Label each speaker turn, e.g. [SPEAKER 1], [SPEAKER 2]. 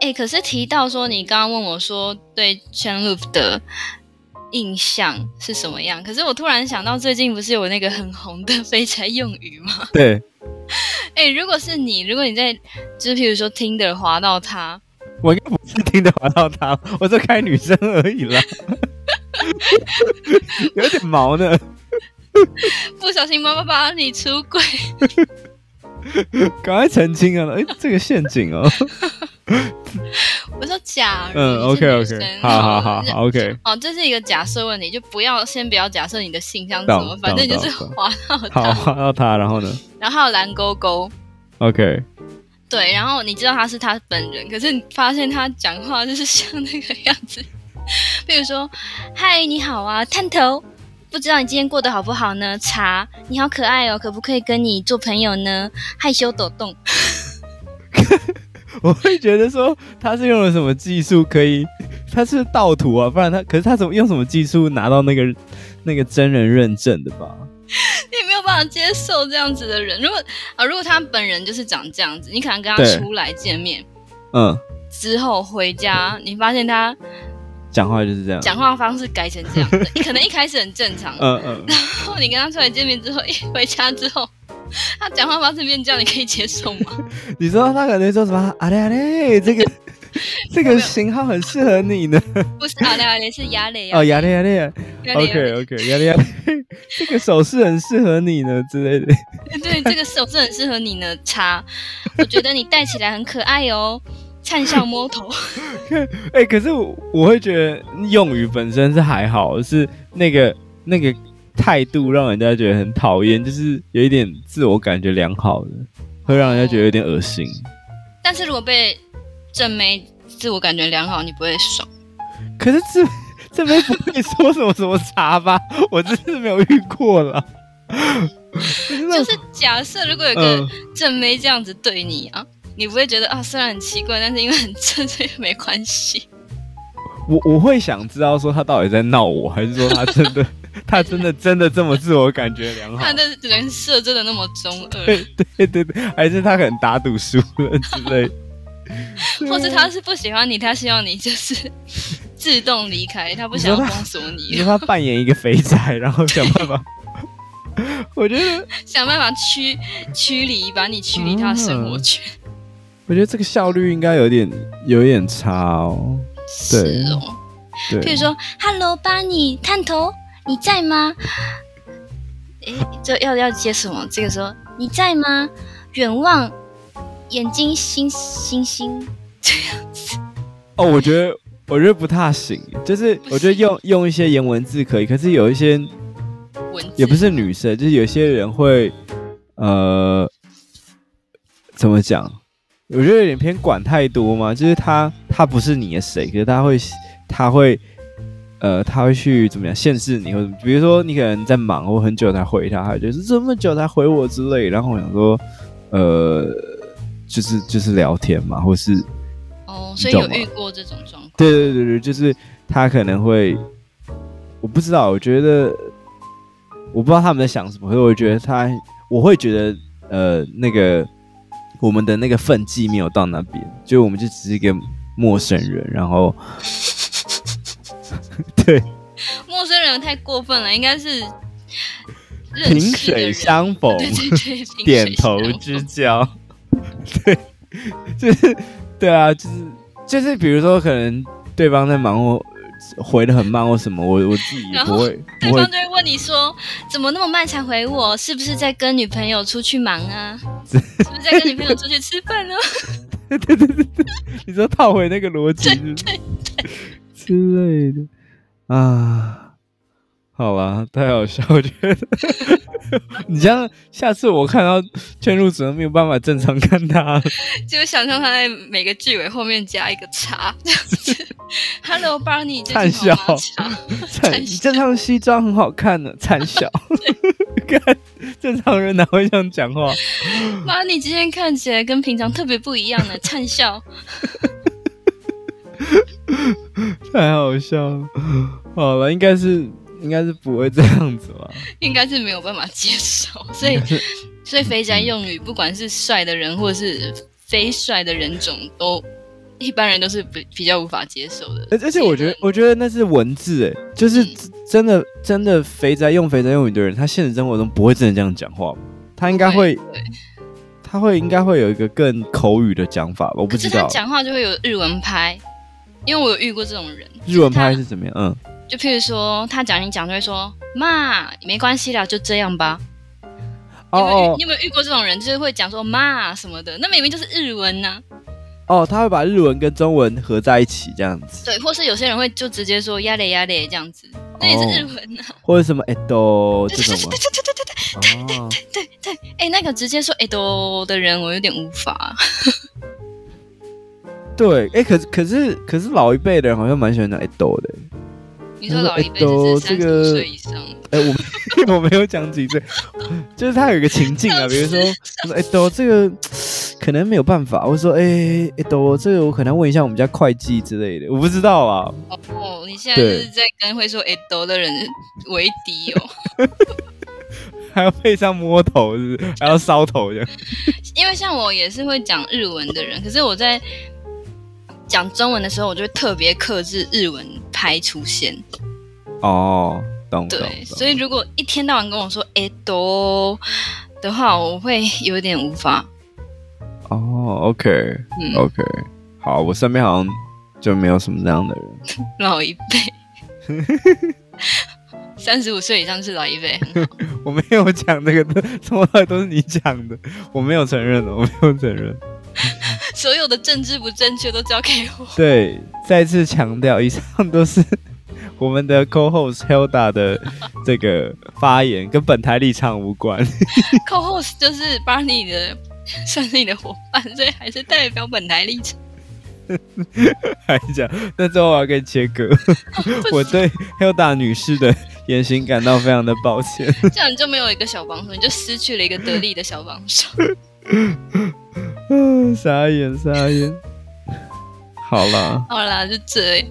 [SPEAKER 1] 哎、可是提到说你刚刚问我说对 c h a n l o o p 的印象是什么样，可是我突然想到最近不是有那个很红的废柴用语吗？
[SPEAKER 2] 对，
[SPEAKER 1] 哎、如果是你，如果你在就是譬如说听的滑到他，
[SPEAKER 2] 我应该不是听得滑到他，我是开女生而已啦，有点毛呢。
[SPEAKER 1] 不小心妈妈把你出轨，
[SPEAKER 2] 赶快澄清啊！哎、这个陷阱哦。
[SPEAKER 1] 我说假如
[SPEAKER 2] 嗯
[SPEAKER 1] 你
[SPEAKER 2] ，OK
[SPEAKER 1] 是女
[SPEAKER 2] OK，
[SPEAKER 1] 生
[SPEAKER 2] 好好好
[SPEAKER 1] 就是
[SPEAKER 2] 好，OK，
[SPEAKER 1] 哦，这是一个假设问题，就不要先不要假设你的性向怎
[SPEAKER 2] 懂
[SPEAKER 1] 么，反正
[SPEAKER 2] 懂
[SPEAKER 1] 就是
[SPEAKER 2] 懂
[SPEAKER 1] 滑到
[SPEAKER 2] 好
[SPEAKER 1] 他，
[SPEAKER 2] 滑到他，然后呢
[SPEAKER 1] 然后还有蓝勾勾，
[SPEAKER 2] ？OK，
[SPEAKER 1] 对，然后你知道他是他本人，可是你发现他讲话就是像那个样子， 比如说嗨你好啊探头，不知道你今天过得好不好呢？茶你好可爱哦，可不可以跟你做朋友呢？害羞抖动，
[SPEAKER 2] 我会觉得说他是用了什么技术可以，他是盗图啊，不然他可是他怎么用什么技术拿到那个那个真人认证的吧？
[SPEAKER 1] 你没有办法接受这样子的人。如果啊，如果他本人就是长这样子，你可能跟他
[SPEAKER 2] 对
[SPEAKER 1] 出来见面
[SPEAKER 2] 嗯，
[SPEAKER 1] 之后回家，你发现他
[SPEAKER 2] 讲话就是这样。
[SPEAKER 1] 讲话方式改成这样子，可能一开始很正常，然
[SPEAKER 2] 嗯嗯，
[SPEAKER 1] 后你跟他出来见面之后，一回家之后， 他讲话方式变这样，你可以接受 吗？
[SPEAKER 2] 你说他可能说什么？啊嘞啊 嘞，这个
[SPEAKER 1] 嗯有
[SPEAKER 2] 这个
[SPEAKER 1] 没有
[SPEAKER 2] 型号很适合你呢。
[SPEAKER 1] 不是啊，那也是 压力
[SPEAKER 2] 哦，
[SPEAKER 1] 呀，
[SPEAKER 2] 呀嘞呀嘞
[SPEAKER 1] 压力
[SPEAKER 2] ，OK OK，呀嘞呀嘞， 这个手势很适合你呢之类的。
[SPEAKER 1] 对，这个手势很适合你呢，擦，我觉得你戴起来很可爱哦，灿笑摸头，
[SPEAKER 2] 哎、可是我我会觉得用语本身是还好，是那个那个态度让人家觉得很讨厌，就是有一点自我感觉良好的，会让人家觉得有点恶心。
[SPEAKER 1] 哦但是如果被正妹自我感觉良好，你不会爽。
[SPEAKER 2] 可是这这边不会说什么什么茶吧，我真是没有遇过啦。就
[SPEAKER 1] 就是假设如果有
[SPEAKER 2] 嗯
[SPEAKER 1] 个正妹这样子对你啊，你不会觉得啊，虽然很奇怪，但是因为很正，所以没关系。
[SPEAKER 2] 我我会想知道说他到底在闹我，还是说他真 的他真的真的这么自我感觉良好
[SPEAKER 1] 他？的人设真的那么中二，。
[SPEAKER 2] 哦对对对对，还是他可能打赌输了之类的 啊
[SPEAKER 1] 或是他是不喜欢你，他希望你就是 自动离开，他不想要
[SPEAKER 2] 你说他
[SPEAKER 1] 封锁
[SPEAKER 2] 你
[SPEAKER 1] 你，
[SPEAKER 2] 说他扮演一个肥仔，然后想 办法。我觉得，
[SPEAKER 1] 想办法驱驱离，把你驱离他的生活圈。
[SPEAKER 2] 我觉得这个效率应该有点有点差哦。 对
[SPEAKER 1] 是哦，
[SPEAKER 2] 对，
[SPEAKER 1] 譬如说，Hello，巴尼，探头，你在吗？诶，这要要接什么？这个时候你在吗？远望，眼睛星星星，
[SPEAKER 2] 哦，我觉得我觉得不太行，就是
[SPEAKER 1] 不
[SPEAKER 2] 我觉得用用一些颜文字可以，可是有一些
[SPEAKER 1] 文字
[SPEAKER 2] 也不是女生，就是有些人会呃怎么讲？我觉得有点偏管太多嘛，就是他他不是你的谁，可是他会他会呃他会去怎么样限制你，或者比如说你可能在忙或很久才回他，他就是这么久才回我之类，然后我想说呃就是就是聊天嘛，或是
[SPEAKER 1] 哦，
[SPEAKER 2] 你
[SPEAKER 1] 所以有
[SPEAKER 2] 懂吗
[SPEAKER 1] 遇过这种状况。
[SPEAKER 2] 对对对对，就是他可能会，我不知道，我觉得我不知道他们在想什么，可是我觉得他，我会觉得呃，那个我们的那个分际没有到那边，就我们就只是一个陌生人，然后对
[SPEAKER 1] 陌生人太过分了，应该是认
[SPEAKER 2] 萍
[SPEAKER 1] 识的
[SPEAKER 2] 水
[SPEAKER 1] 人
[SPEAKER 2] 相 逢，
[SPEAKER 1] 对对对，萍
[SPEAKER 2] 点
[SPEAKER 1] 水相
[SPEAKER 2] 头
[SPEAKER 1] 逢
[SPEAKER 2] 之交， 对，就是对啊，就是就是比如说可能对方在忙或呃回的很慢或什么，我我自己也
[SPEAKER 1] 然
[SPEAKER 2] 不
[SPEAKER 1] 后
[SPEAKER 2] 会
[SPEAKER 1] 对
[SPEAKER 2] 不会
[SPEAKER 1] 方就会问你说：“怎么那么慢才回我？是不是在跟女朋友出去忙 啊？是不是在跟女朋友出去吃饭呢？
[SPEAKER 2] 你说套回那个逻辑是不是 之类的啊？好啦，太好笑，我觉得 你这样，下次我看到圈入主任没有办法正常看他了。
[SPEAKER 1] 就想象他在每个句尾后面加一个叉，这样 子。Hello Barney，最
[SPEAKER 2] 灿
[SPEAKER 1] 近好吗
[SPEAKER 2] 笑
[SPEAKER 1] 叉
[SPEAKER 2] 惨，
[SPEAKER 1] 惨
[SPEAKER 2] 你这套西装很好看呢，惨笑。 看正常人哪会这样讲话？
[SPEAKER 1] Barney 今天看起来跟平常特别不一样呢，灿笑。
[SPEAKER 2] 太好笑了。好了，应该是应该是不会这样子吧？
[SPEAKER 1] 应该是没有办法接 受，所以所以肥宅用语，不管是帅的人或是非帅的人种，都一般人都是比比较无法接受的结
[SPEAKER 2] 而
[SPEAKER 1] 论。
[SPEAKER 2] 而且我觉得，我觉得那是文字，哎，就是
[SPEAKER 1] 嗯
[SPEAKER 2] 真的真的肥宅用肥宅用语的人，他现实生活中不会真的这样讲话吧，他应该会
[SPEAKER 1] 对对，
[SPEAKER 2] 他会应该会有一个更口语的讲法吧，我不
[SPEAKER 1] 可是
[SPEAKER 2] 知
[SPEAKER 1] 他
[SPEAKER 2] 道
[SPEAKER 1] 讲话就会有日文拍，因为我有遇过这种人，
[SPEAKER 2] 日文拍
[SPEAKER 1] 就是
[SPEAKER 2] 怎么样，嗯，
[SPEAKER 1] 他就譬如说他讲一讲就会说妈，没关系啦，就这样吧。
[SPEAKER 2] 哦
[SPEAKER 1] 你有没有遇
[SPEAKER 2] 哦
[SPEAKER 1] 你有没有遇过这种人，就是会讲说妈什么的，那明明就是日文啊呐、
[SPEAKER 2] 哦，他会把日文跟中文合在一起这样子，
[SPEAKER 1] 对，或是有些人会就直接说呀嘞呀嘞这样子，那
[SPEAKER 2] 哦
[SPEAKER 1] 也是日文啊呐、
[SPEAKER 2] 或者什么 edo
[SPEAKER 1] 对
[SPEAKER 2] 这
[SPEAKER 1] 对 对
[SPEAKER 2] 种
[SPEAKER 1] 对对对对对，
[SPEAKER 2] 吗？哦，
[SPEAKER 1] 哎、那个直接说哎都的人，我有点无 法。
[SPEAKER 2] 对，哎，可是可是可是老一辈的人好像蛮喜欢讲 edo 的，
[SPEAKER 1] 你说老一辈就是
[SPEAKER 2] 他说哎
[SPEAKER 1] 三
[SPEAKER 2] 都这
[SPEAKER 1] 十
[SPEAKER 2] 个
[SPEAKER 1] 岁以上，
[SPEAKER 2] 哎，我没 我没有讲几岁，就是他有一个情境啊，比如说，哎、都这个可能没有办法，或者说，哎、哎，都这个我可能问一下我们家会计之类的，我不知道啊。
[SPEAKER 1] 哦，你现在就是在跟会说哎都的人为敌哦，
[SPEAKER 2] 还要配上摸头是不是，还要烧头这样。
[SPEAKER 1] 因为像我也是会讲日文的人，可是我在讲中文的时候，我就会特别克制日文拍出现。
[SPEAKER 2] 哦，懂懂
[SPEAKER 1] 对，所
[SPEAKER 2] 懂。
[SPEAKER 1] 以如果一天到晚跟我说哎都的话，我会有点无法。
[SPEAKER 2] 哦，OK
[SPEAKER 1] 嗯，
[SPEAKER 2] OK，好，我身边好像就没有什么这样的人。
[SPEAKER 1] 老一辈，三十五岁以上是老一辈，很好
[SPEAKER 2] 我没有讲这个， 从头到尾都是你讲的，我没有承认啊的，我没有承认。
[SPEAKER 1] 所有的政治不正确都交给我。
[SPEAKER 2] 对，再次强调，以上都是 我们的 co-host Hilda 的这个发言，跟本台立场无关。
[SPEAKER 1] Co-host 就是 Barney 的，算是你的伙伴，所以还是代表本台立场。
[SPEAKER 2] 还讲，那之后我要跟你切割。我对 Hilda 女士的言行感到非常的抱歉。
[SPEAKER 1] 这样你就没有一个小帮手，你就失去了一个得力的小帮手。
[SPEAKER 2] 嗯，傻眼，傻眼。好啦，
[SPEAKER 1] 好啦，就这样。